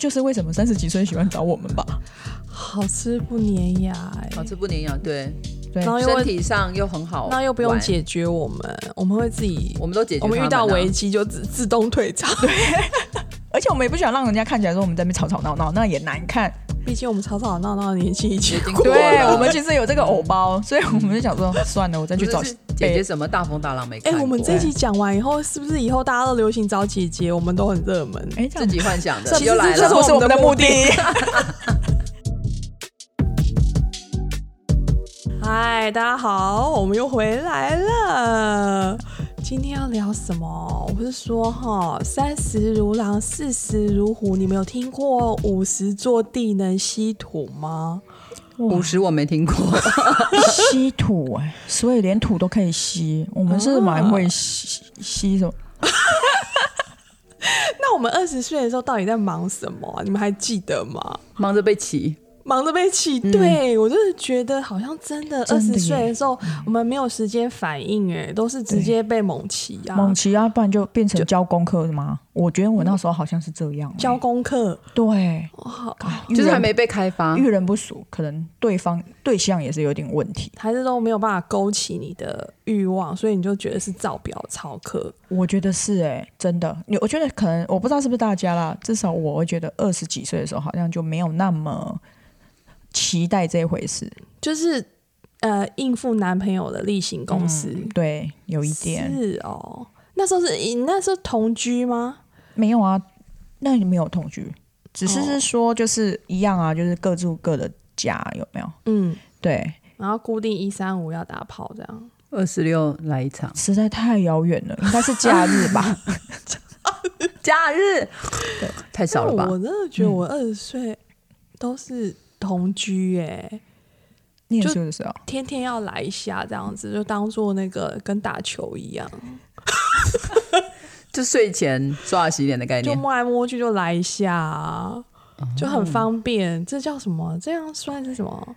就是为什么三十几岁喜欢找我们吧。好吃不粘牙、欸，好哦吃不粘牙，对，对嗯然后又身体上又很好，然后又不用玩，解决我们，我们会自己，我们都解决我他们啊。遇到危机就自自动退场。而且我们也不喜欢让人家看起来说我们在那边吵吵闹闹，那也难看。 毕竟我们吵吵闹闹的年纪已经已经过过了，对了我们其实有这个偶 包，所以我们就想说，算了，我再去找不是是姐别姐什么大风大浪没哎、看过？我们这一集讲完以后，是不是以后大家都流行找姐姐？我们都很热 门。哎，这自样己幻想的，这你就来这是了。我们的目的。 嗨，大家好，我们又回来了。今天要聊什么？我不是说哈，三十如狼，四十如虎。你们有听过五十坐地能吸土吗？五十我没听过， 吸土哎、所以连土都可以吸。我们是蛮会吸、吸什么？那我们二十岁的时候到底在忙什么啊？你们还记得吗？忙着被骑，忙着被气，对、我就是觉得好像真的二嗯真的十耶嗯岁的时候，我们没有时间反应，哎，都是直接被猛气啊，猛骑啊，不然就变成教功课的吗？我觉得我那时候好像是这样、欸，交功课，对，哇，啊就是还。遇人没被开发遇。人不淑，可能对方对象也是有点问题。还是都没有办法勾起你的欲望，所以你就觉得是照表操课。我觉得是哎、真的，你我觉得可能我不知道是不是大家啦，至少我会觉得二十几岁的时候好像就没有那么期待这一回事。就是呃应付男朋友的例行公事，对，有一嗯点是哦。那时候是你那时候同居吗？没有啊，那你没有同居，只是是说就是一样啊，就是各住各的家，有没有？嗯，对，然后固定一三五要打炮这样。二十六来一场实在太遥远了，应该是假日 吧？假日，太少了但吧？嗯我真的觉得我二十岁都是同居哎、念书的时候，天天要来一下这样子，就当做那个跟打球一样，哎就睡前刷牙洗脸的概就念，摸来摸去就来一下啊、就哦很方便。这叫什么？这样算是什么？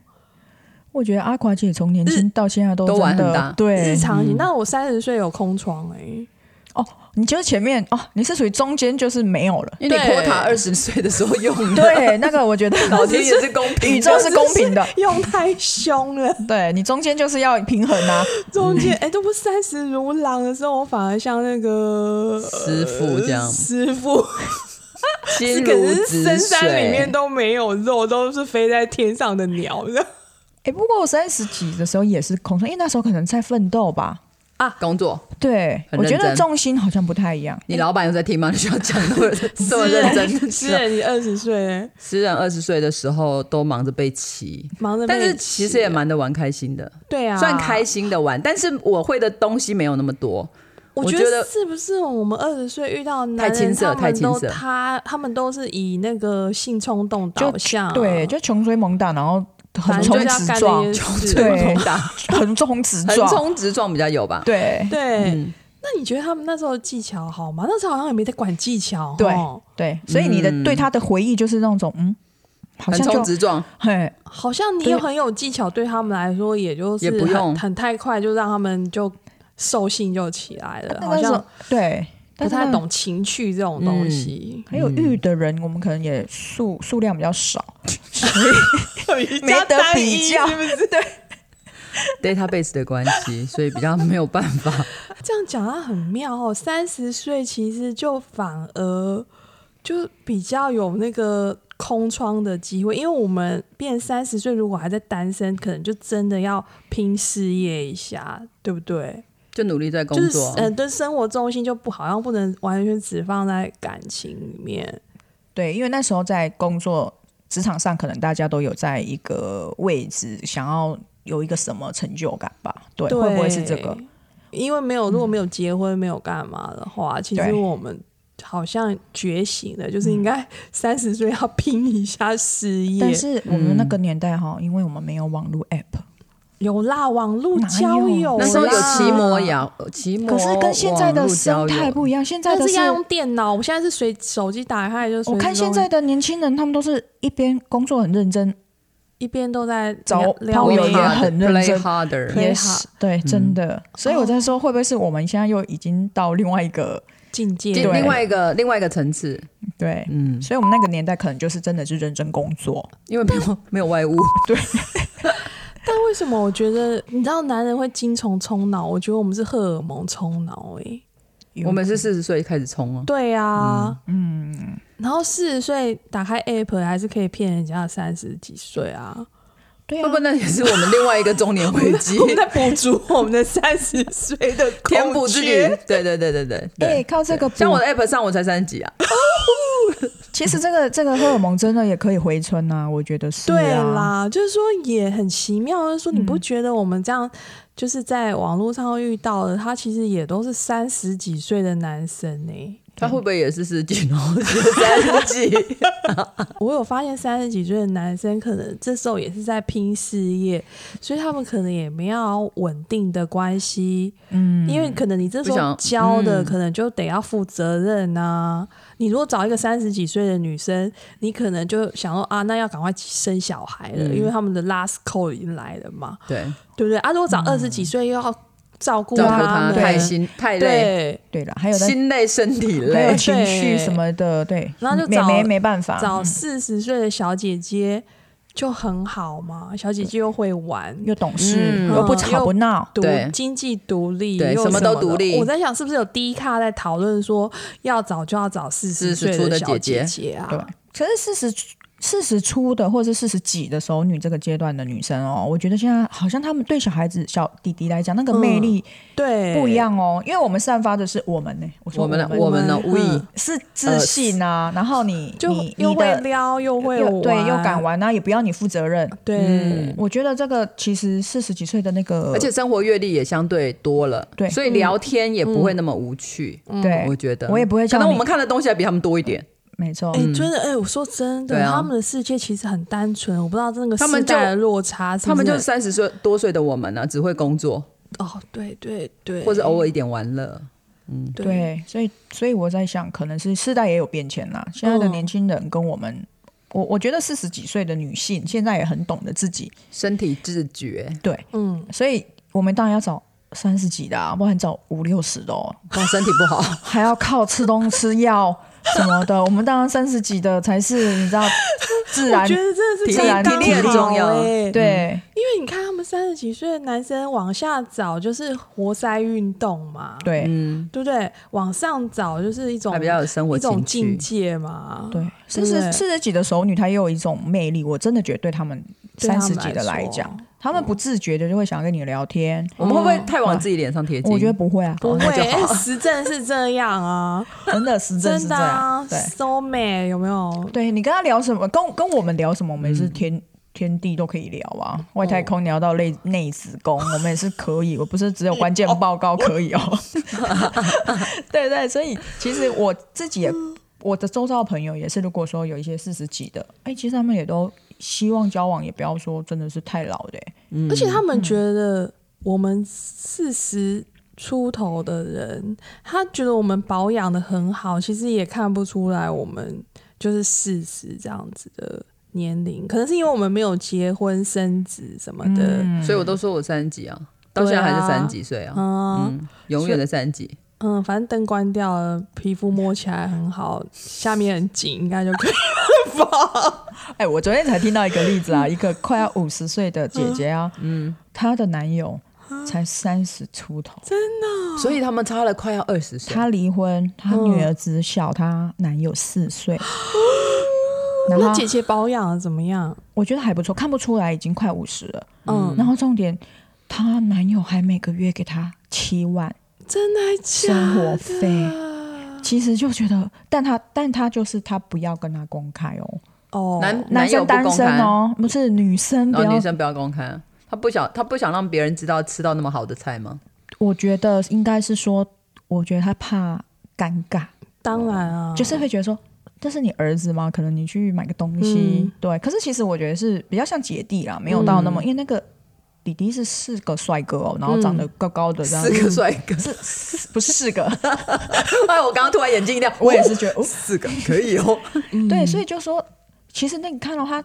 我觉得阿华姐从年轻到现在都都玩真很的大对日，常嗯型。那我三十岁有空窗哎、你就是前面哦，你是属于中间就是没有了。因为你对泼塔二十岁的时候用的，对，那个我 觉得老天也是公 平宇的。宙是公平的，用太凶了。 对你中间就是要平衡 啊。中嗯间哎，都不三十如狼的时候，我反而像那个师傅这样师傅心呃可如是止深山里面水。都没有肉，都是飞在天上的鸟 的哎、不过我三十几的时候也是空窗，因为那时候可能在奋斗吧。工作，对，很我觉认得真重心好像不太一样。你老板有在听吗？你 需要讲 那么这么认真。诗人，你二十岁哎，诗人二十岁的时候都忙着被骑，忙着被但骑，是其实也蛮的玩开心的，对啊，算开。心的玩。但是我会的东西没有那么多，我我觉觉得得是不是我们二十岁遇到的男太人，青他涩太们青都涩他他们都是以那个性冲动就导向，对，就穷追猛打，然后横啊反正冲就是直要干撞那，些穷事追猛打， 横冲直横撞，冲直撞比较有吧。对对。嗯那你觉得他们那时候技巧好吗？那时候好像也没在管技巧，对吼对，所以你的对他的回忆就是那种嗯，好横像冲就 直撞，嘿，好像你对有很有技巧，对他们来说也就是啊也不很用很太快，就让他们就兽性就起来了，那好个时像候对，不但是太那。懂情趣这种嗯东西。还有遇的人，我们可能也数数量比较少，没得比 较，对， database 的关系，所以比较没有办法。这样讲它很妙哦，三十岁其实就反而就比较有那个空窗的机会，因为我们变三十岁，如果还在单身，可能就真的要拼事业一下，对不对？就努力在工就是作，啊呃嗯，对生活重心就不好像不能完全只放在感情里面。对，因为那时候在工作职场上，可能大家都有在一个位置，想要有一个什么成就感吧？对，对，会不会是这个？？因为没有，如果没有结婚，没有干嘛的话，其实对我们好像觉醒了，就是应该三十岁要拼一下事业但。是我们那嗯个年代哈，因为我们没有网络 app，有啦，网络哪交有友啦，那时候有骑摩摇，骑摩，可是跟现在的生态一不一样，现在但的是是要。用电脑。我现在是随手机打开就随时都。我看现在的年轻人，他们都是一边工作很认真，一边都在找聊聊炮友天也很认 play 真 harder，对也哈是对，嗯真的。所以我在说，会不会是我们现在又已经到另外一个境界，另对另外一个另外一个层次，对，嗯，所以我们那个年代可能就是真的是认真工作，因为没有没有外物，但为什么我觉得你知道男人会精虫充脑？我觉得我们是荷尔蒙充脑哎、有我们是四十岁开始冲啊，对啊，嗯，然后四十岁打开 app 还是可以骗人家三十几岁啊，对会啊不，会那也是我们另外一个中年危 机我？们在补足我们的三十岁 的空填补之旅缺，对对对对对哎、对。嗯靠这个补，像我的 app 上我才三十几啊，其实这 个这个荷尔蒙真的也可以回春啊，我觉得是、啊，对，啦，就是说也很奇妙，就是说你嗯不觉得我们这样，就是在网络上遇到的，他其实也都是三十几岁的男生呢、欸他会不会也是十几，然后只有三十几？我有发现三十几岁的男生，可能这时候也是在拼事业，所以他们可能也没有稳定的关系，嗯，因为可能你这时不候想教的，嗯可能就得要负责任啊。你如果找一个三十几岁的女生，你可能就想说啊，那要赶快生小孩了，嗯因为他们的 last call 已经来了嘛。 对，对不对？啊，如果长二十几岁又要照顾嗯照顾他他们，太心太累，对，对了，还有在心累身体还有累，情绪对什么的，对，然后就没找没没办法，找嗯四十岁的小姐姐就很好嘛，小姐姐又会玩。又懂事，嗯又不嗯吵又不闹，独对经济独立，对又什么么都的独立我在想，是不是有低咖在讨论说，要找就要找四十40岁出的小姐姐姐啊？对，可是四十四十出的或者是四十几的熟女这个阶段的女生哦，我觉得现在好像她们对小孩子、小弟弟来讲，那个魅力嗯对，不一。样哦，因为我们散发的是我们呢、我说我们们呢，我们呢，我们无意嗯是自信啊，然后你就你又你会的撩，又会又对玩又敢，玩，啊然后也不要你负责任。嗯对，我觉得这个其实四十几岁的那个，而且生活阅历也相对多了，对所以聊天也不会那么无趣。嗯对我觉得我也不会可叫能我你们看的东西还比他们多一点。没错，哎，真的，哎，我说真的对，啊他们的世界其实很单纯，我不知道那个他们世就代的落差是不是他很，们就是三十岁多岁的我们呢、啊只会工作哦，对对对，或者偶尔一点玩乐。对，所以所以我在想，可能是世代也有变迁啦。现在的嗯年轻人跟我们，我我觉得四十几岁的女性现在也很懂得自己，身体自觉，对，嗯，所以我们当然要找三十几的、啊，不然找五六十的 哦，哇，身体不好，还要靠吃东西吃药什么的。我们当然三十几的才是你知道自我然觉得真的体是刚力刚体力很重要好欸对，因为你看他们三十几岁的男生往下找就是活塞运动嘛，对、嗯，对不对？往上找就是一种还比较有生活一种情境趣。界嘛，对，四对十不对四十几的熟女，她也有一种魅力，我真的觉得对她们对他三们十几的来说哦讲，她们不自觉的就会想跟你聊天。我们会不会太往自己脸上贴金？我觉得不会啊，不那就会，好哎实证是这样啊，真的实证是 这真的啊样，对，so 美有没有？对，你跟他聊什么，跟跟我们聊什么，我们也是天、天地都可以聊啊，外太空聊到内内子宫，我们也是可以，我不是只有关键报告可以哦， 对对，所以其实我自己也，我的周遭朋友也是，如果说有一些四十几的，哎，其实他们也都希望交往，也不要说真的是太老的、欸而且他们觉得我们四十出头的人，他觉得我们保养的很好，其实也看不出来我们就是四十这样子的年龄，可能是因为我们没有结婚生子什么的，嗯所以我都说我三十几啊，到现在还是三十几岁啊，嗯嗯，永远的三十几。反正灯关掉了，皮肤摸起来很好，下面很紧，应该就可以。哎，我昨天才听到一个例子啊，一个快要五十岁的姐姐啊，嗯，她的男友才三十出头。所以他们差了快要二十岁，她离婚，她女儿只小她男友四 岁，然后那姐姐保养的怎么样？我觉得还不错，看不出来已经快五十了。嗯，然后重点，她男友还每个月给她七万真的还假生活费，的？其实就觉得，但她但她就是她不要跟她公开哦，哦，男男男友生不公单身开，哦，不是女生不然后要女，生不要公开。他不想，他不想让别人知道吃到那么好的菜吗？我觉得应该是说，我觉得她怕尴尬，当然啊，就是会觉得说。这是你儿子吗？可能你去买个东西，嗯对。可是其实我觉得是比较像姐弟啦，没有到那么，因为那个弟弟是四个帅哥哦，然后长得高高的这样四，个帅哥，是是不是四个？哎， 我刚刚突然眼睛一亮， 我也是 觉得，嗯哦、四个可以哦。对，所以就说，其实那个看到他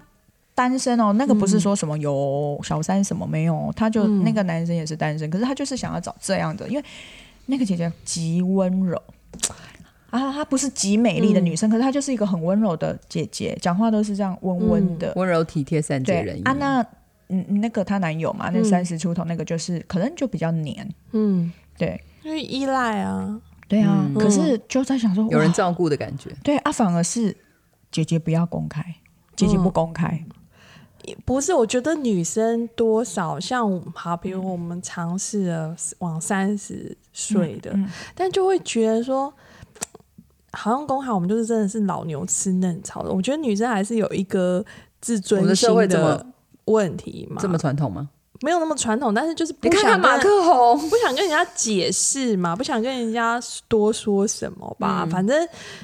单身哦，那个不是说什么有小三什么没有哦，他就、那个男生也是单身，可是他就是想要找这样的，因为那个姐姐极温柔，啊，她不是极美丽的女生，可是她就是一个很温柔的姐姐，讲话都是这样温温的。温柔体贴善解人对意。啊，那嗯，那个她男友嘛，那嗯三十出头那个就是、可能就比较黏，嗯，对因为依赖啊，对啊。嗯可是就在想说，有人哇照顾的感觉，对啊，反而是姐姐不要公开，姐姐不公开，不是，我觉得女生多少像好，比如我们尝试了往三十岁的，嗯嗯但就会觉得说，好像公海我们就是真的是老牛吃嫩草的。我觉得女生还是有一个自我们尊的社心会这么的问题嘛，这么传统吗？没有那么传统，但是就是不你看想看跟马克宏，不想跟人家解释嘛，不想跟人家多说什么吧。嗯反正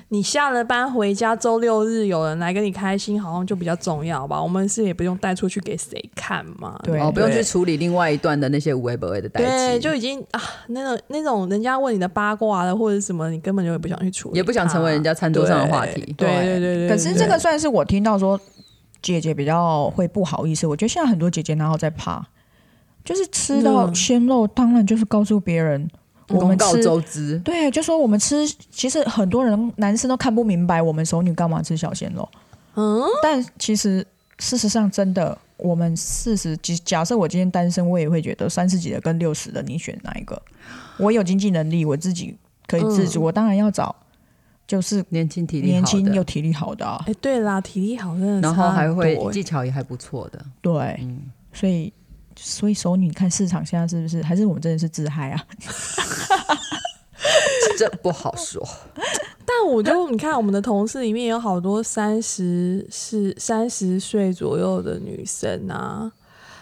你下了班回家，周六日有人来跟你开心，好像就比较重要吧。我们是也不用带出去给谁看嘛，对哦，不用去处理另外一段的那些无微不微的代对，际，就已经啊，那种那种人家问你的八卦了或者什么，你根本就不想去处理它，也不想成为人家餐桌上的话题。对。对对对对对，可是这个算是我听到说姐姐比较会不好意思，我觉得现在很多姐姐哪有在怕，就是吃到嗯鲜肉，当然就是告诉别人我嗯公们告吃。周知，对，就说我们吃，其实很多人男生都看不明白我们熟女干嘛吃小鲜肉，嗯，但其实事实上真的，我们四十几，假设我今天单身，我也会觉得三十几的跟六十的，你选哪一个？我有经济能力，我自己可以自主，我当然要找就是年轻嗯体力年好的轻又体力好的、啊，哎，对啦，体力好真的然后差还很会多欸技巧也还不错 的，对，嗯，所以所以熟女，你看市场现在是不是？还是我们真的是自嗨啊？这不好说。但我就你看，我们的同事里面有好多三十是三十岁左右的女生啊，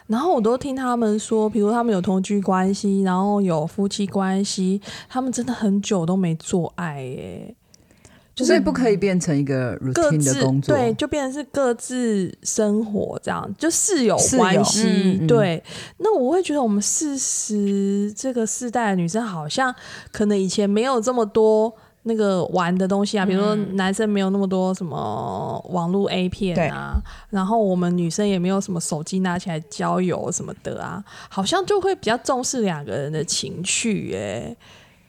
然后我都听他们说，比如他们有同居关系，然后有夫妻关系，他们真的很久都没做爱耶、就是所以不可以变成一个各 routine 自的工作，对，就变成是各自生活这样，就室友室友关系。嗯嗯对，那我会觉得我们四十这个世代的女生，好像可能以前没有这么多那个玩的东西啊，比如说男生没有那么多什么网络 A 片啊，然后我们女生也没有什么手机拿起来交友什么的啊，好像就会比较重视两个人的情趣、耶，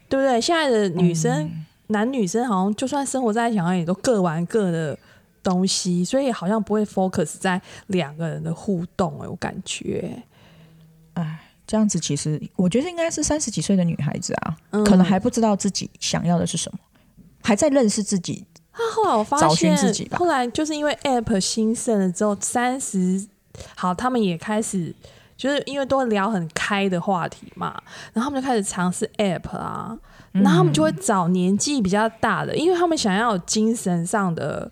对不对？现在的女生。男女生好像就算生活在一起，好像也都各玩各的东西，所以好像不会 focus 在两个人的互动、欸。我感觉，哎，这样子其实我觉得应该是三十几岁的女孩子啊，嗯可能还不知道自己想要的是什么，还在认识自己。那啊后来我发找寻现自己，吧后来就是因为 app 兴盛了之后，三十好，他们也开始。就是因为都会聊很开的话题嘛，然后他们就开始尝试 app 啊，然后他们就会嗯找年纪比较大的，因为他们想要有精神上的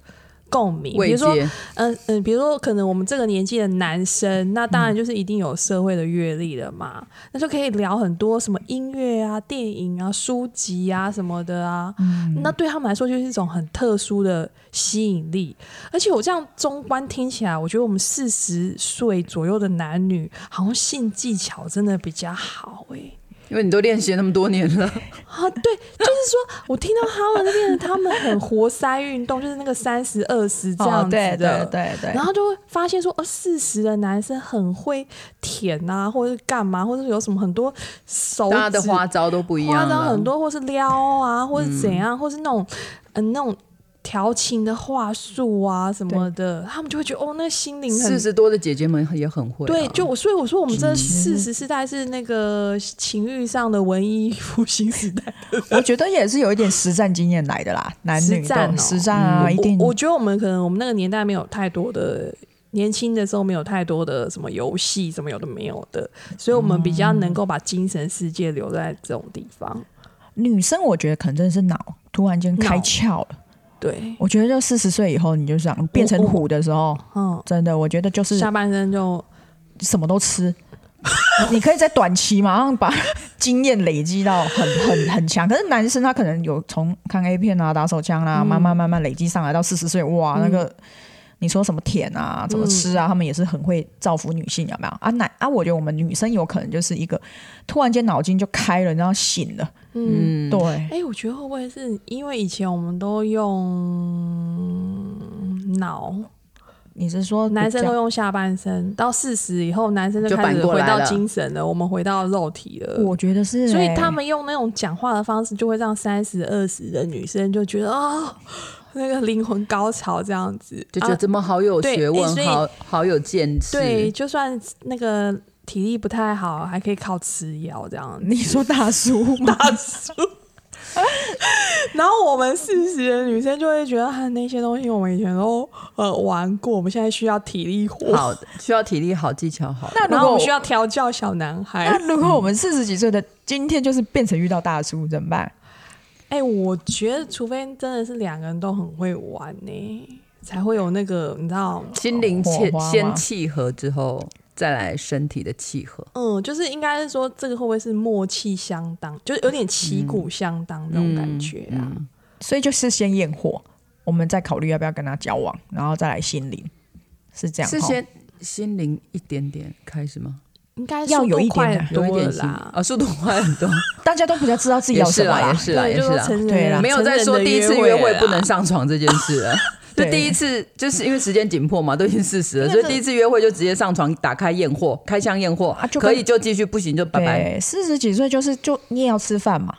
共鸣，比慰如说藉嗯嗯，比如说可能我们这个年纪的男生，那当嗯然就是一定有社会的阅历了嘛，那就可以聊很多什么音乐啊、电影啊、书籍啊什么的啊。嗯那对他们来说就是一种很特殊的吸引力。而且我这样中观听起来，我觉得我们四十岁左右的男女，好像性技巧真的比较好诶、因为你都练习了那么多年了，啊，对，就是说我听到他们那边他们很活塞运动，就是那个三十二十这样子的，哦对对对对然。后就会发现说，呃，四十的男生很会舔啊，或者是干嘛，或者是有什么很多手大家的指花招都不一花样啊招了，很多，或是撩啊，或是怎样，或是那种嗯、呃那种调情的话术啊什么的，他们就会觉得哦，那心灵很四十嗯多的姐姐们也很会啊、对，就我所以我说我们这四十世代是那个情欲上的文 艺复兴时代。我觉得也是有一点实战经验来的啦，男女实都战哦实战啊，一定我我觉得我们可能我们那个年代没有太多的。年轻的时候没有太多的什么游戏，什么有的没有的，所以我们比较能够把精神世界留在这种地方。女生我觉得可能真的是脑突然间开窍了。对，我觉得就四十岁以后，你就想变成虎的时候，嗯，真的，我觉得哦就是下半身就什么都吃。 你可以在短期马上把经验累积到很 很很强，可是男生他可能有从看 A 片啊、打手枪嗯啊，慢慢慢慢累积上来，到四十岁，哇，那个你说什么舔啊、怎么吃嗯啊，他们也是很会造福女性，有没有？啊男啊，我觉得我们女生有可能就是一个突然间脑筋就开了，然后醒了，嗯，对，哎、我觉得会不会是因为以前我们都用脑你是说男生比都较用下半身，到四十以后，男生就就开始反过回来到了精神了，我们回到肉体了。我觉得是欸、呃所以他们用那种讲话的方式，就会让三十二十的女生就觉得哦，那个灵魂高潮这样子，就觉得啊、这么好有对学诶问，所以好好有见识。对，就算那个体力不太好，还可以靠吃药这样子。 你说大叔吗？大叔，然后我们四十的女生就会觉得，啊，那些东西我们以前都呃玩过，我们现在需要体力活，好需要体力好、技巧好。那如 然后果我我们需要调教小男孩。哎 那如嗯果我们四十几岁的今天就是变成遇到大叔怎么办？哎、我觉得除非真的是两个人都很会玩呢、才会有那个你知道，心灵火切花吗先契合之后，再来身体的契合。嗯，就是应该是说这个会不会是默契相当，就是有点旗鼓相当那种感觉啊。嗯所以就是先验货，我们再考虑要不要跟他交往，然后再来心灵，是这样哦齁。是先心灵一点点开始吗？应该要速有度一点快啊很有一多点了心啦。啊，速度快很多，大家都比较知道自己也要什是么啊啦，啦也。是啦，对，也就是说啦成。人 对啦啊没有在说啊第一次约会不能。上床这件 事了，就对啊第一次就是因为时间紧迫嘛，都已经四十了，那所个以第一次约会就直接上床，打开验货，开箱验货啊，就跟可以就继续，不行就拜拜。对，四十几岁就是就你也要吃饭嘛，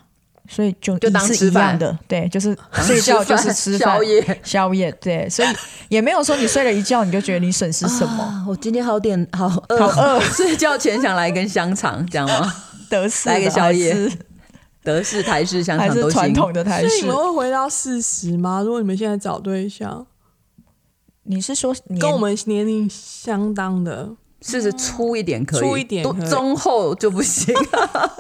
所以就就当是吃一样饭的，对，就是睡觉就是吃饭宵。夜。宵夜对，所以也没有说你睡了一觉你就觉得你损失什么，啊我今天好点好饿， 好饿，睡觉前想来一根香肠，这 样吗？得失来个的宵夜嗯还是德式、台式香还肠是都传行。统的台所以式你们。会回到四十吗？如果你们现在找对象，你是说年跟我们年龄相当的， 四十粗一点可以，粗一点多可以中厚就不 行。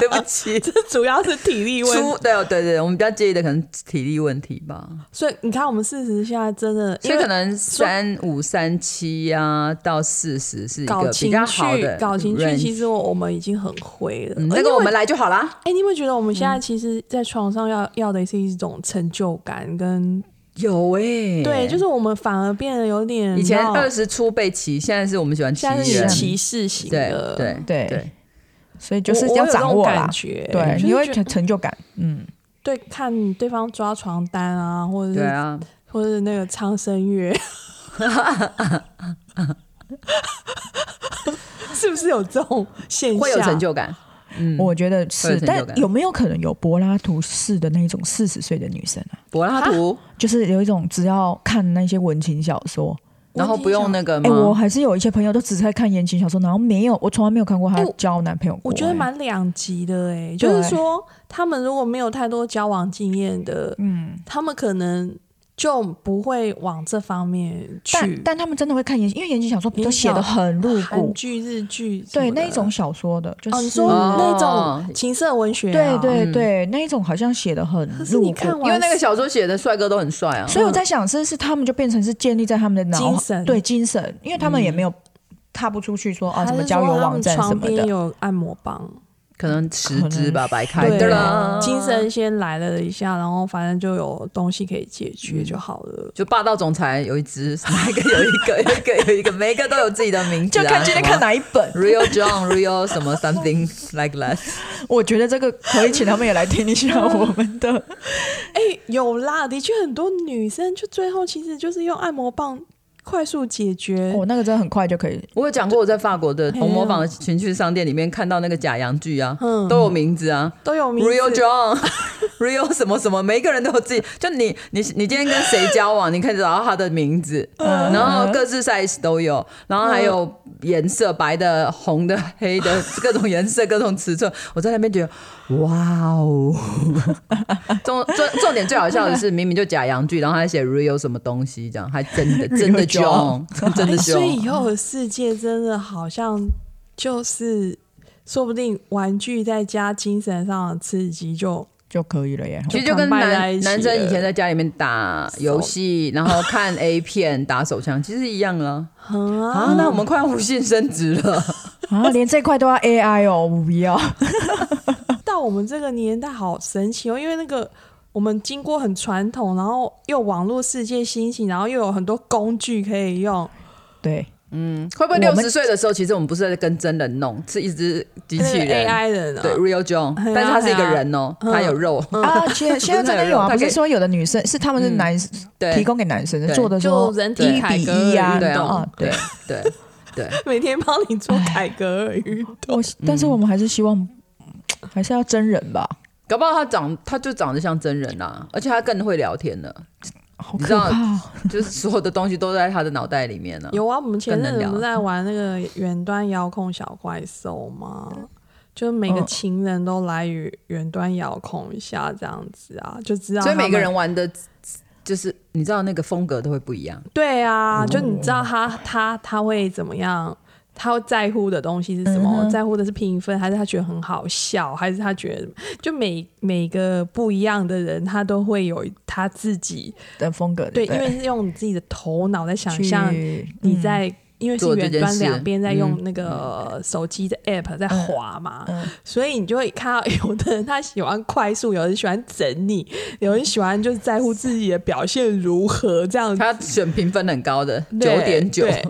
对不起，这主要是体力问粗题。对哦对对，我们比较介意的可能体力问题吧。所以你看，我们四十现在真的，因所以为可能三五三七呀到四十是一搞个比情较好绪的，搞情绪，其实、实我我们已经很会了。嗯、而且那个我们来就好啦。哎、你有没有觉得我们现嗯在其实，在床上要要的是一种成就感跟，有哎、欸对，就是我们反而变得有点以前闹二十出被骑，现在是我们喜欢骑现在是人，歧视型对的，对对对，所以我，就是要掌我有握这种啦感，觉，对，就是你会觉成成就感，嗯，对看对方抓床单啊，或者是对啊，或者是那个苍声乐， 是不是有这种现象？会有成就感。嗯，我觉得会是有。成就但感有没有可能有柏拉图式的那种四十岁的女生啊？柏拉图，就是有一种只要看那些文情小说，然后不用那个啊哎、嗯我吗？还是有一些朋友都只在看言情小说，然后没有，我从来没有看过她哎我交男朋友过、我觉得哎蛮两极的哎、就是说他们如果没有太多交往经验的，嗯，他们可能就不会往这方面去但。但他们真的会看言，因为言情小说都写的很入韩骨，剧、日剧什么对的那一种小说的，就是、哦，你说哦那种情色文学、对啊，对对，那一种好像写的很可是入你骨。看完，嗯因为那个小说写的帅哥都很帅啊，所以我在想，是不是他们就变成是建立在他们的脑精神对精神，因为他们也没有踏不出去说啊什还么是交友说他网们站什床么边的，有按摩棒，可能十支吧，白开对的啦，精神先来了一下，然后反正就有东西可以解嗯决就好了。就霸道总裁有一只，哪一个有一个，有一个有一个，每一个都有自己的名字、就啊，看今天看什么哪一本。 Real John Real 什么 something like that，我觉得这个可以请他们也来听一下我们的， 哎、有啦，的确很多女生就最后其实就是用按摩棒快速解决。哦，那个真的很快就可以。我有讲过我在法国的哎呦红模坊的情趣商店里面看到那个假洋剧啊，嗯都有名字啊。都有名字 Real John, Real 什么什么，每一个人都有自己。就你，你，你今天跟谁交往，你可以找到他的名字，嗯然后各式 size 都有，然后还有颜色，白的、红的、黑的，各种颜色、各种尺寸。我在那边觉得，哇哦！ 重重重点最好笑的 是，明明就假洋剧，然后还写 Real 什么东西，这样还真的真的 John John，真哎的哦所 John。以以后的世界真的好像就是，说不定玩具再加精神上的刺激就就可以了耶。其实就跟 combine 在一男起男生了以前在家里面打游戏，然后看 A 片、打手枪，其实一样了啊，啊。那我们快要无性生殖了，啊，连这块都要 AI 哦，我不要。到我们这个年代好神奇哦，因为那个我们经过很传统，然后又网络世界兴起，然后又有很多工具可以用，对， 会不会我六们十岁的时候，其实我们不是在跟真人弄，是一只机器那个人 AI 人啊，对哎 Real John，嘿啊但是他是一个人哦，嘿啊他有肉，啊，现在现在真的有啊，他不可以是说有的女生是他们是男提 对供给男生的对做的就说人体一凯比格一啊，尔对运那啊种动，啊，对。对对， 每天帮你做凯格尔运动。我但是我们还是希望还是要真人吧，搞不好他长他就长得像真人啊，而且他更会聊天了，好你知可道怕哦。就是所有的东西都在他的脑袋里面呢。有啊，我们前更阵能子聊不是在玩那个远端遥控小怪兽吗？嗯就是每哦个嗯情人都来远远端遥控一下，这样子啊，就知道所以他们每个人玩的，就是你知道那个风格都会不一样。对哦啊，就你知道他他他会怎么样，他会在乎的东西是什么？嗯哼在乎的是评分，还是他觉得很好笑，还是他觉得就每每个不一样的人，他都会有他自己的风格，对，不因为是用你自己的头脑在想去象你在、因为是嗯做这远件端事两边在用嗯那个手机的 app 在滑嘛，嗯嗯所以你就会看到有的人他喜欢快速，有人喜欢整理，有人喜欢就是在乎自己的表现如何这样子。他选评分很高的九对点九，对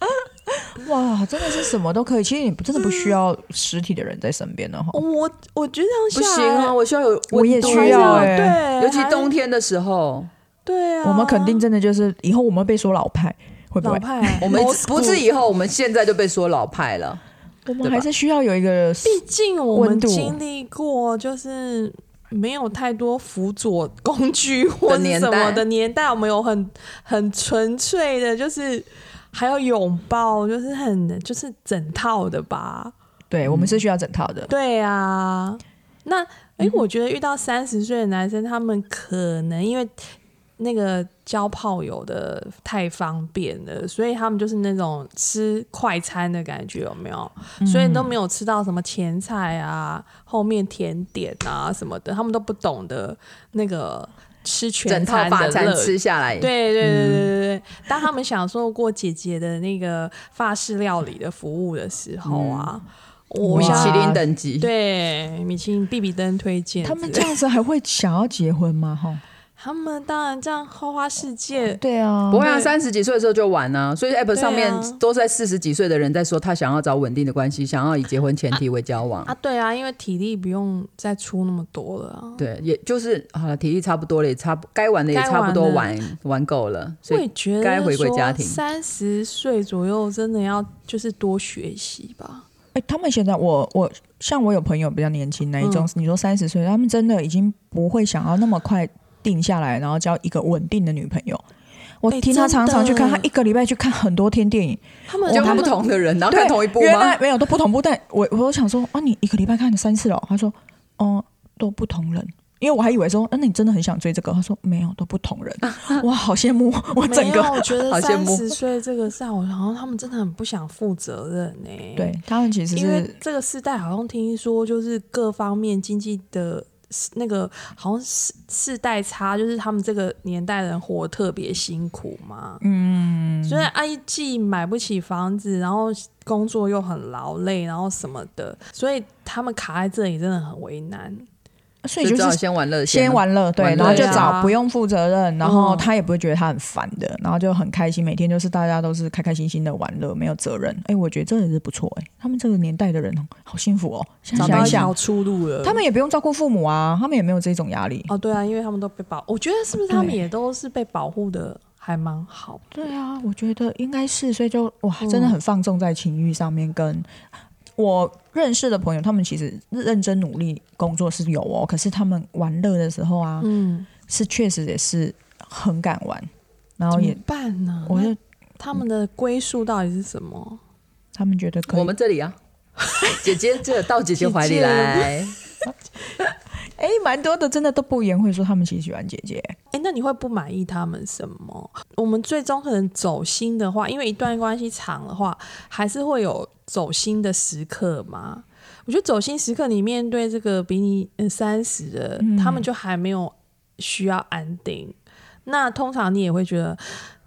嗯哇，真的是什么都可以。其实你不真的不需要实体的人在身边的哈。哦我我觉得这不样下行来啊！，我需要有我也温度啊哎需要还是欸对，尤其还冬天的时候，对啊，我们肯定真的就是以后我们被说老派，会不老会？派，我们 old school 不是以后，我们现在就被说老派了。我对们吧还是需要有一个毕竟我们温度经历过，就是没有太多辅佐工具或者什么的年代，我们有很很纯粹的，就是还有拥抱，就是很就是整套的吧。对，我们是需要整套的。对啊，那嗯哎、诶我觉得遇到三十岁的男生，他们可能因为那个交炮友的太方便了，所以他们就是那种吃快餐的感觉，有没有？嗯所以都没有吃到什么前菜啊、后面甜点啊什么的，他们都不懂得那个吃全整套餐的法乐餐吃下来，对对对对对对，当他们享受过姐姐的那个法式料理的服务的时候嗯啊，我米哇其想林等级，对米其林必比登推荐之类他的，们这样子还会想要结婚吗？哈，他们当然这样花花世界，对啊不，会啊，对三十几岁的时候就玩啊，所以 App 啊上面都在四十几岁的人在说，他想要找稳定的关系，想要以结婚前提为交往。啊，对啊，因为体力不用再出那么多了啊。对，也就是好了，体力差不多了，也差不该玩的也该玩差不多的玩玩够了，我所也以觉该得回归家说，庭三十岁左右真的要就是多学习吧。哎，他们现在我我像我有朋友比较年轻那一种，你说三十岁，他们真的已经不会想要那么快定下来，然后交一个稳定的女朋友。我哎听他真常的常去看，他一个礼拜去看很多天电影，他们就哦他不们同的人，然后对，看同一部原吗来？没有都不同步，但我我想说啊，你一个礼拜看了三次了哦。他说，哦、都不同人。因为我还以为说，啊、那你真的很想追这个？他说没有，都不同 人。哇，好羡慕！我整没有，个我觉好得羡三慕十岁这个事啊，我然后他们真的很不想负责任欸呢、对他们其实因为是这个世代好像听说，就是各方面经济的那个好像世世代差，就是他们这个年代人活得特别辛苦嘛。嗯，所以啊，既买不起房子，然后工作又很劳累，然后什么的，所以他们卡在这里真的很为难。所以就就只好是先玩乐，先了。玩乐，对，玩乐然后就对啊找不用负责任，然后嗯他也不会觉得他很烦的，然后就很开心，每天就是大家都是开开心心的玩乐，没有责任。哎，我觉得这也是不错哎、他们这个年代的人好幸福哦，想找想到一一条想，出路了。他们也不用照顾父母啊，他们也没有这种压力。哦，对啊，因为他们都被保，我觉得是不是他们对也都是被保护的还蛮好的。对啊，我觉得应该是，所以就哇，真嗯的很放纵在情欲上面。跟我认识的朋友，他们其实认真努力工作是有哦，可是他们玩乐的时候啊，嗯，是确实也是很敢玩，然后怎也嗯么，办呢？我那就他们的归宿到底是什么？他们觉得可以。我们这里啊，姐姐这到姐姐怀里来，哎，蛮多的，真的都不言会说他们其实喜欢姐姐。哎，那你会不满意他们什么？我们最终可能走心的话，因为一段关系长的话，还是会有走心的时刻嘛。我觉得走心时刻，你面对这个比你呃三十的，他们就还没有需要安定。那通常你也会觉得，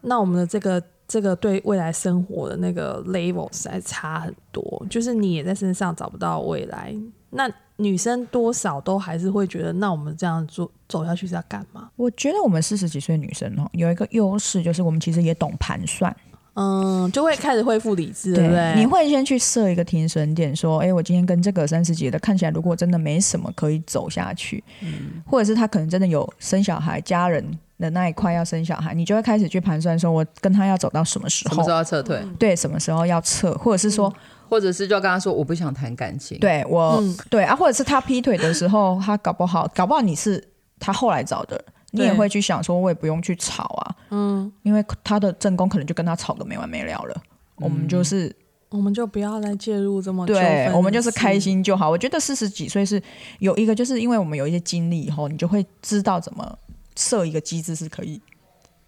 那我们的这个这个对未来生活的那个 level 实在差很多，就是你也在身上找不到未来。那女生多少都还是会觉得，那我们这样做走下去是要干嘛？我觉得我们四十几岁女生哦，有一个优势就是我们其实也懂盘算，嗯，就会开始恢复理智，对不对？你会先去设一个停损点，说，哎，我今天跟这个三十几的看起来，如果真的没什么可以走下去，嗯或者是他可能真的有生小孩、家人的那一块要生小孩，你就会开始去盘算，说我跟他要走到什么时什候么时，候要撤退，对，什么时候要撤，或者是说，嗯或者是就跟他说我不想谈感情，，对我，对啊，或者是他劈腿的时候，他搞不好，搞不好你是他后来找的，你也对会去想说，我也不用去吵啊，嗯，因为他的正宫可能就跟他吵个没完没了了。我嗯们就是、我们就不要再介入这么哦纠对纷，我们就是开心就好。我觉得四十几岁是有一个，就是因为我们有一些经历以后，你就会知道怎么设一个机制是可以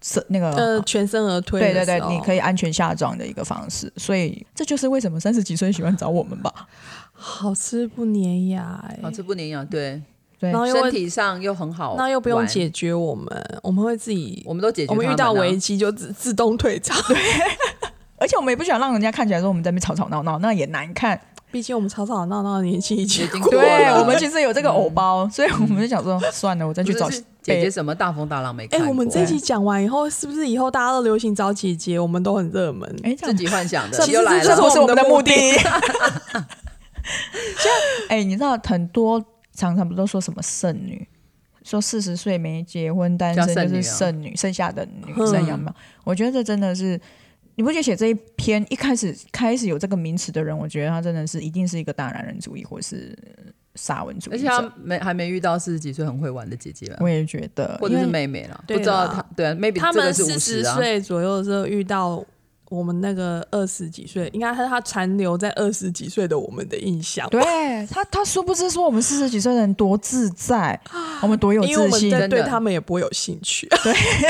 设那个、呃全身而退对的时对候，对，你可以安全下庄的一个方式。所以这就是为什么三十几岁喜欢找我们吧？好吃不粘牙、欸，好吃哦不营养，对，对然，后又身会体上又很好，那又不用玩，解决我们，我们会自己，我们都解决我他们啊，遇到危机就自自动退场。而且我们也不想让人家看起来说我们在那边吵吵闹闹，那也难看。 毕竟我们吵吵闹闹的年纪已经 已经过 过对了我们其实有这个偶包，所以我们就想 说，算了，我再不去是找是姐姐什么大风大浪没哎、看过，啊我们这一集讲完以后，是不是以后大家都流行找姐姐？我们都很热门。哎，这自样己幻想是的不是又来这这是是了，我我们们的目目的 的。哎、你知道很多常常不都说什么剩女，说四十岁没结婚单身叫剩就女是啊剩女，剩下的女嗯生有没有？我觉得这真的是，你不觉得写这一篇一开始开始有这个名词的人，我觉得他真的是一定是一个大男人主义或是呃沙文主而义且他者。没还没遇到四十几岁很会玩的姐姐啦，我也觉得，或者是妹妹啦，不对知道啦她对啊，maybe 他这们个是四五十十啊，岁左右的时候遇到我们那个二十几岁，应该是他残留在二十几岁的我们的印象。对他，他殊不知说我们四十几岁的人多自在，我们多有因为我自们信。在真的对他们也不会有兴趣。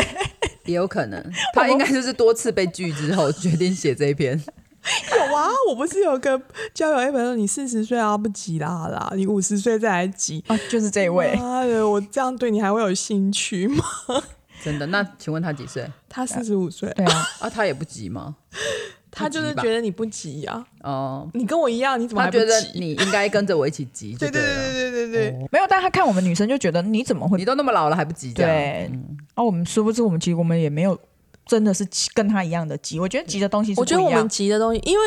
也有可能，她应该就是多次被拒之后决定写这一篇， 有啊，我不是有个交友 app 说你四十岁啊不急啦啦，你五十岁再来急。啊，就是这一哎位， 妈的，我这样对你还会有兴趣吗？真的。那请问她几岁他四十五岁，对啊，啊？她也不急吗？他就是觉得你不急啊，哦，你跟我一样，你怎么她还不觉得急？你应该跟着我一起急就对对对了。对对对对对，没有，但他看我们女生就觉得你怎么会你都那么老了还不急这样？对，啊，我们殊不知我们其实我们也没有真的是急跟他一样的急，我觉得急的东西是我不一觉样。得我们急的东西，因为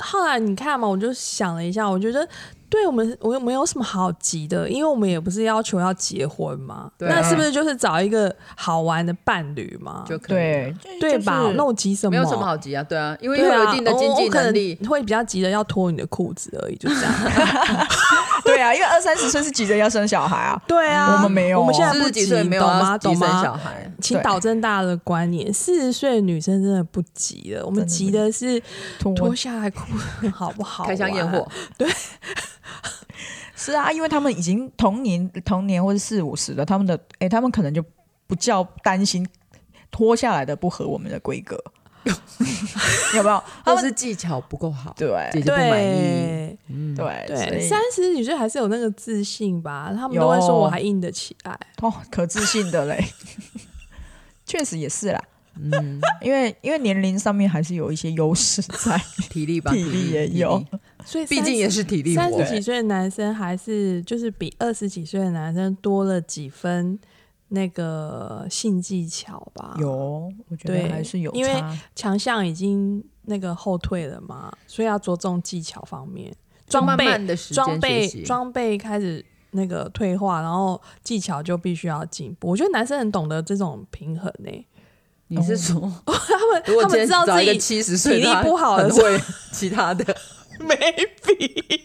后来你看嘛，我就想了一下，我觉得。对我们，我又没有什么好急的，因为我们也不是要求要结婚嘛，对那是不是就是找一个好玩的伴侣嘛？就可以对了，对吧？那那我急什么？没有什么好急啊。对啊，因为又对啊，有一定的经济能我我力可，能会比较急着要脱你的裤子而已，就这 样。 对啊，因为二三十岁是急着要生小孩啊。对啊，我们没有我们现在四不十几岁急，没有懂吗？要急懂生小吗？孩，请导正大家的观念，四十岁的女生真的不急了，我们急的是脱下来裤子，好不好？啊开箱验货，，是啊，因为他们已经同年同年或者四五十了，他们的哎、他们可能就不叫担心脱下来的不合我们的规格， 有没有？他都们是技巧不够好，对姐姐不满意。对对对，所三以十女生还是有那个自信吧，他们有都会说我还硬得起来。哦，可自信的嘞， 确实也是啦。嗯，因为因为年龄上面还是有一些优势在。体力吧，体力也有体力，所以毕竟也是体力三活十。几岁的男生还是就是比二十几岁的男生多了几分那个性技巧吧？ 有，我觉得对还是有差。因为强项已经那个后退了嘛，所以要着重技巧方面，就装慢备慢的时间装学备习，装备开始那个退化，然后技巧就必须要进步。我觉得男生很懂得这种平衡欸呢、你是说他们嗯如果他们今天知道找一自个己七十岁体力他不好的很时会其 他的， maybe。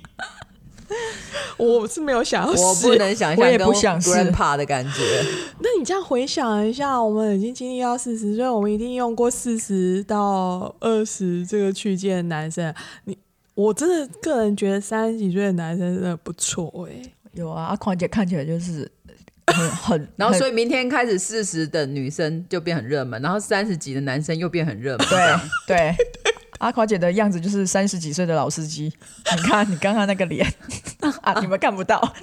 我是没有想要我不试能想象，我也不想是 grandpa 的感觉。那你这样回想一下，我们已经经历到四十岁，我们一定用过四十到二十这个区间的男生。你，我真的个人觉得三十几岁的男生真的不错哎、有啊，阿狂姐看起来就是很 很， 然后很所以明天开始四十的女生就变很热门，然后三十几的男生又变很热门。对对，阿狂姐的样子就是三十几岁的老司机。你看你刚刚那个 脸啊，你们看不到，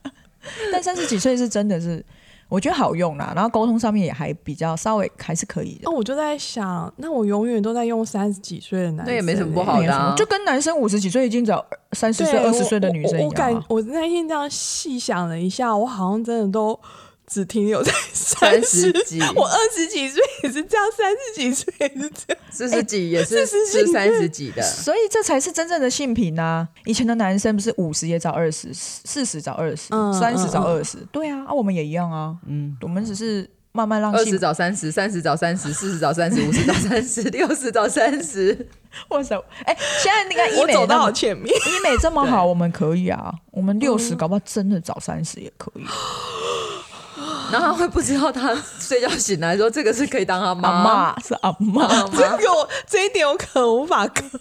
但三十几岁是真的是。我觉得好用啦，然后沟通上面也还比较稍微还是可以的那，我就在想，那我永远都在用三十几岁的男生、欸那也没什么不好没的有什啊么就跟男生五十几岁已经找三十对岁、二十岁的女生我我一啊我样感啊。我那天这样细想了一下，我好像真的都只停留在三十十几 我二十几岁也是这样，三十几岁也是这样。四十几也是四十是几三十几的，所以这才是真正的性平啊！以前的男生不是五十也找二十，四十找二十嗯，三十嗯找二十，对啊，啊，我们也一样啊，嗯，我们只是慢慢让二性十，找三十，三十找三十，四十找三十，五十找三十， 六十找三十。哇塞，哎，现在那个医 我美走那到么好前面，医美这么好，对我们可以啊，我嗯们六十，搞不好真的找三十也可以。啊然后他会不知道他睡觉醒来说这个是可以当他妈阿妈妈是阿 妈，当这妈个我这一点我可能无法克服。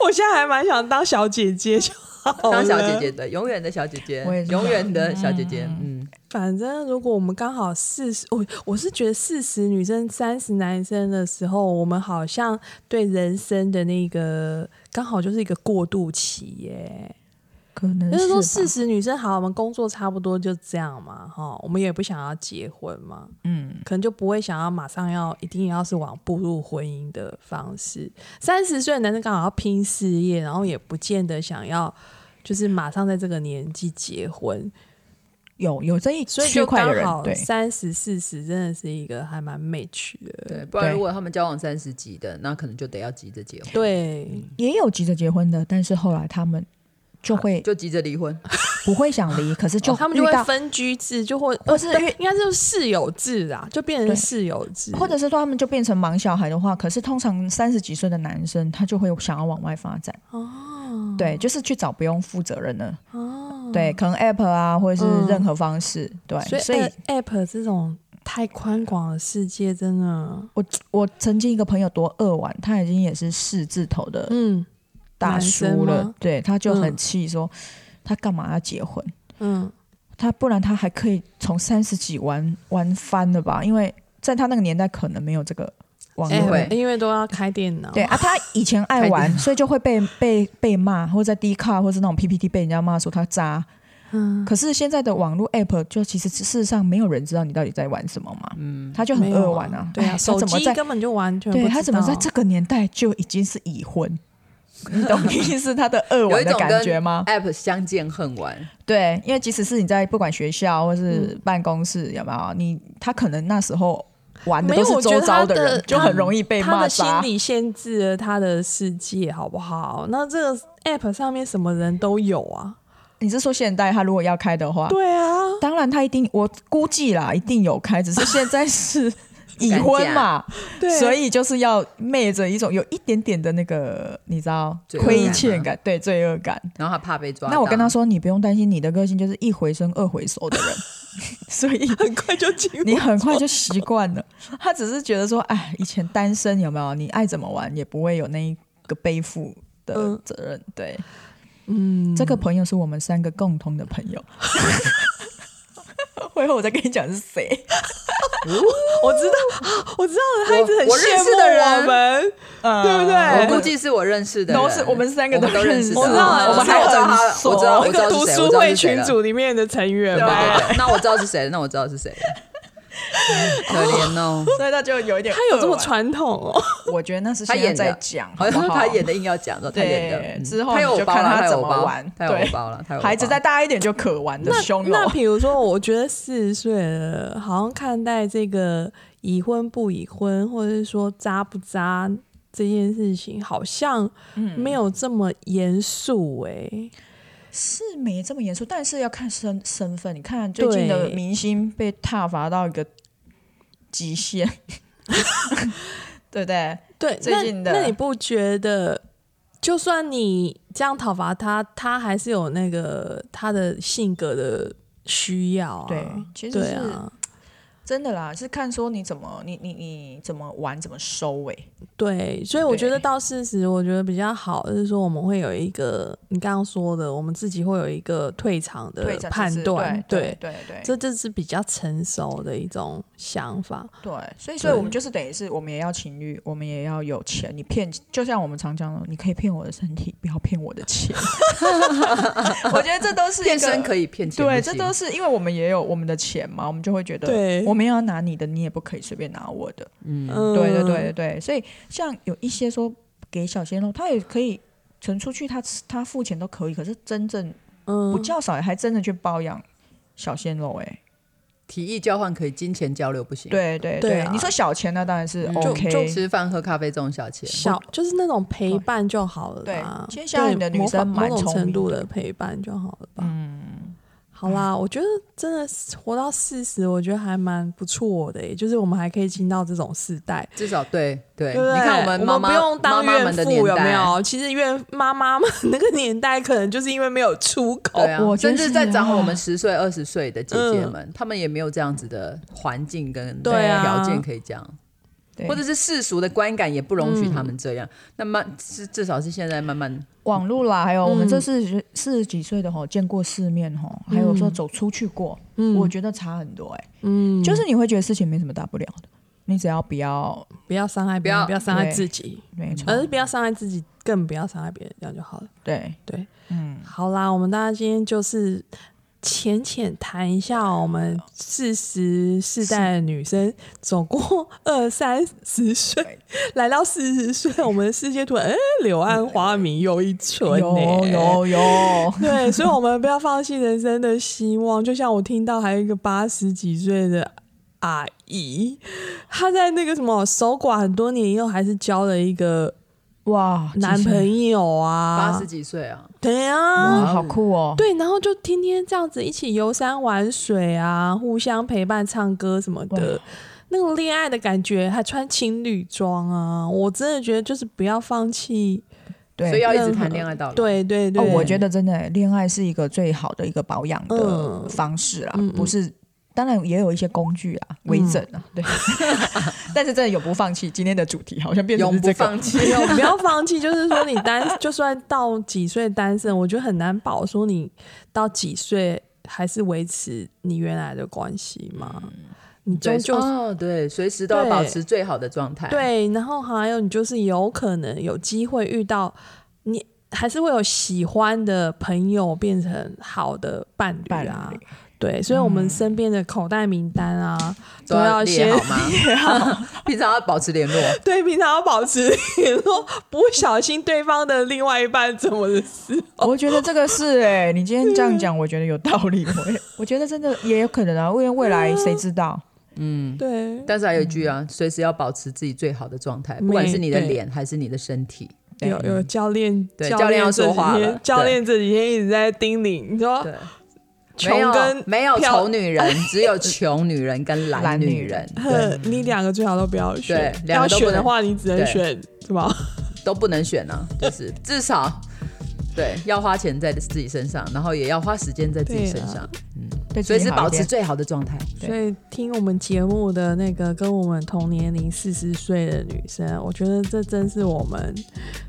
我现在还蛮想当小姐姐就好了当小姐姐的，永远的小姐姐我也，是永远的小姐姐，嗯，反正如果我们刚好四十，我我是觉得四十女生三十男生的时候，我们好像对人生的那个刚好就是一个过渡期耶。可能就是嗯说吧四十女生好，我们工作差不多就这样嘛，哈，我们也不想要结婚嘛，嗯，可能就不会想要马上要一定要是往步入婚姻的方式。三十岁的男生刚好要拼事业，然后也不见得想要就是马上在这个年纪结婚，有有这一所以区就块的刚人，好对，三十四十真的是一个还蛮 match 的，对，不然对如果他们交往三十几的，那可能就得要急着结婚，对，哦也有急着结婚的，但是后来他们就会就急着离婚，不会想离，可是就哦他们就遇会到呃分居制，就会或是遇应该就是室友制啊，就变成对室友制，或者是说他们就变成忙小孩的话，可是通常三十几岁的男生他就会想要往外发展，哦对，就是去找不用负责任的，哦。对，可能 app 啊或者是嗯任何方式，对，所所以呃以 A- App 这种太宽广的世界，真的，我我曾经一个朋友多恶玩，他已经也是四字头的嗯大男生叔了吗，对，他就很嗯气说他干嘛要结婚？嗯，他不然他还可以从三十几玩玩翻了吧？因为在他那个年代可能没有这个网因络。为因为都要开电脑，对，啊，他以前爱开玩，所以就会被被被骂，或者在 D 卡或者那种 PPT 被人家骂说他渣。嗯，可是现在的网络 App 就其实事实上没有人知道你到底在玩什么嘛，嗯，他就很没有恶啊玩啊，对哎啊，他手怎么机在根本就完全不知对道他怎么在这个年代就已经是已婚？ 你懂意思他的恶有玩一的种感跟觉吗？ App 相见恨晚，对，因为即使是你在不管学校或是办公室，有没有你？他可能那时候玩的没都有是我觉周得遭他的人的，就很容易被他骂的心渣。理限制了他的世界，好不好？那这个 App 上面什么人都有啊，你是说现代他如果要开的话，对啊， 当然他一定，我估计啦，一定有开，只是现在是已婚 嘛，对，所以就是要昧着一种有一点点的那个，你知道罪恶感亏吗欠感，对罪恶感。然后他怕被抓到。那我跟他说，你不用担心，你的个性就是一回生二回熟的人， 所以很快就进入你很快就习惯了。他只是觉得说，哎，以前单身有没有？你爱怎么玩也不会有那一个背负的嗯责任。对，嗯这个朋友是我们三个共同的朋友。 会后我再跟你讲是谁。我知道，啊我知道了，他一直很我我认羡识慕的人我们，嗯对不我对？估计是我认识的人，都是我们三个我们都都认识的，认识我知道我我们知道还我知道他，很我知道，熟我那知道个读是谁，书我知道会是谁群了。组里面的成员对对吧。对， 那我知道是谁了，那我知道 是谁了。可怜哦，所以他就有一点，他有这么？传统哦，我觉得那是他现在演在的讲，好好不像好？他演的硬要讲的，他演的对嗯之后他有你就包看了，他他怎有么包玩他有对包了，他有孩子包再大一点就可玩的凶了 那。比如说，我觉得四十岁了，好像看待这个已婚不已婚，或者是说渣不渣这件事情，好像嗯没有这么严肃哎。是没这么严肃，但是要看身身份。你看最近的对明星被踏伐到一个极限， 对不对？对，最那近的那你不觉得，就算你这样讨伐他，他还是有那个他的性格的需要啊？对其实对是啊，真的啦，是看说你怎么，你你你怎么玩，怎么收尾。对，所以我觉得对到四十，我觉得比较好，就是说我们会有一个你刚刚说的，我们自己会有一个退场的对，这判就是断，对对对这对就是比较成熟的一种想法。对，所以所以我们就是等于是，我们也要情欲，我们也要有钱。你骗，就像我们常讲的，你可以骗我的身体，不要骗我的 钱。我觉得这都是一个骗身可以骗钱不对，行，这都是因为我们也有我们的钱嘛，我们就会觉得，对我们要拿你的，你也不可以随便拿我的。嗯，对对对对，对，所以像有一些说给小鲜肉，他也可以存出去，他他付钱都可以，可是真正嗯，嗯不叫少，还真的去包养小鲜肉、欸，哎、提议交换可以，金钱交流不行。，对对对对，啊你说小钱那当然是嗯就 OK，就吃饭喝咖啡这种小钱。小就是那种陪伴就好了啦。对其实现在的女生对某蛮某种聪程明度的的陪伴就好了吧。嗯，好啦，我觉得真的是活到四十，我觉得还蛮不错的耶，欸就是我们还可以听到这种世代。至少对对，对不对你看我们妈妈不用妈当妈怨们的妇年有没代，有？其实怨妈妈们那个年代，可能就是因为没有出口，对啊，我甚真至是在长啊嗯我们十岁、二十岁的姐姐们，她们也没有这样子的环境跟对啊条件可以这样，对或者是世俗的观感也不容许她们这样。那慢是至少是现在慢慢网络啦，还有我们嗯这四十四十几岁的吼，见过世面吼，还有嗯说走出去过，我觉得差很多哎、嗯，就是你会觉得事情没什么大不了的，你只要不要，不要伤害别不人，要不要伤害对自己，没错，而是不要伤害自己，更不要伤害别人，这样就好了。对，对，嗯，好啦，我们大家今天就是浅浅谈一下我们四十世代的女生，走过二三十岁， 来到四十岁，我们的世界突然，哎、柳暗花明又一村、有欸，有有， 对，所以，我们不要放弃人生的希望。就像我听到，还有一个八十几岁的阿姨，她在那个什么守寡很多年以后，还是交了一个哇，男友、朋友啊，八十几岁啊，对啊，哇，好酷哦，对，然后就天天这样子一起游山玩水啊，互相陪伴、唱歌什么的，那种恋爱的感觉，还穿情侣装啊，我真的觉得就是不要放弃。对所以要一直任何谈恋爱到老。对对对，哦，我觉得真的恋爱是一个最好的一个保养的嗯方式啦，嗯嗯嗯不是。当然也有一些工具啊，为证啊，对。 但是真的永不放弃。今天的主题好像变成永是不这个，放弃，有 不要放弃，就是说你单，就算到几岁单身，我觉得很难保说你到几岁还是维持你原来的关系嘛。你终对究哦，对，随时都要对保持最好的状态。，对，然后还有你就是有可能有机会遇到你。还是会有喜欢的朋友变成好的伴侣伴啊，侣对，所以我们身边的口袋名单啊，都都要列先好吗？ 平常要保持联络。 对平常要保持联络，不小心对方的另外一半怎么的事，我觉得这个是哎、你今天这样讲，我觉得有道理。我也我觉得真的也有可能啊，因为未来谁知道？对，但是还有一句啊，随时要保持自己最好的状态，不管是你的脸还是你的身体。对有有教练，嗯对教教练要这说几话天了教对练这几天一直在叮咛，你说对，没穷有跟没有漂丑女人，只有穷女人跟懒懒女女人人，对，呵，你两个最好都不要选对，要两个都不选的能话你只能对选什么？都不能选 啊，就是至少。对，要花钱在自己身上，然后也要花时间在自己身对上，对啊自随己时好保一持点最好的状态。对所以听我们节目的那个跟我们同年龄四十岁的女生，我觉得这真是我们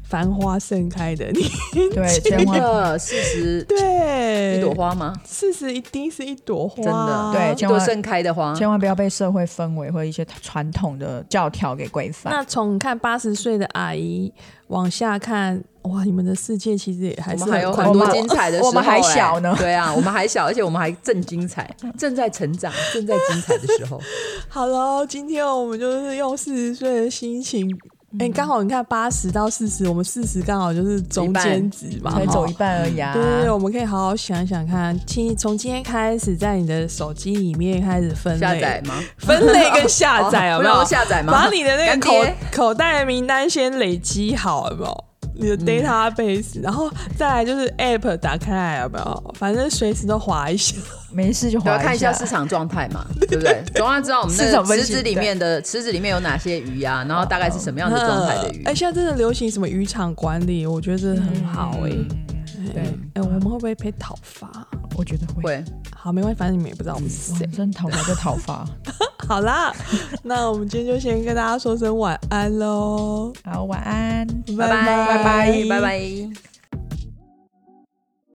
繁花盛开的 年对，纪。千真万的，事实对，一朵，花吗？四十一定是一朵花，真的对一千朵万盛开的花，千万不要被社会氛围或一些传统的教条给规范。那从看八十岁的阿姨往下看，哇，你们的世界其实也还我是们还有宽很多广精彩的时候、啊我们还小呢哎对啊，我们还小，而且我们还正精彩，正在成 长，正在精彩的时候。好喽，今天我们就是用四十岁的心情。嗯哎、刚好你看八十到四十，我们四十刚好就是中间值嘛，才走哈一半而已啊！对嗯对对，我们可以好好想一想看，请从今天开始，在你的手机里面开始分类、下载 吗？分类跟下载， 哦有不没让有我？下载吗？把你的那干个口爹口袋名单先累积好，有没有？你嗯的 database，、然后再来就是 app 打开来，有没有？反正随时都划一下。没事就对啊，划看一下下市场状态嘛，对 不对？总要知道我们那市个场分池析子里面的池子里面有哪些鱼啊，然后大概是什么样的状态的嗯 鱼哎、？现在真的流行什么渔场管理，我觉得真的很好哎、嗯对，哎、我们会不会被讨伐？我觉得会。会，好，没关系，反正你们也不知道我们是哇谁。真讨伐就讨伐。好啦，那我们今天就先跟大家说声晚安喽，好，晚安。拜拜拜拜拜。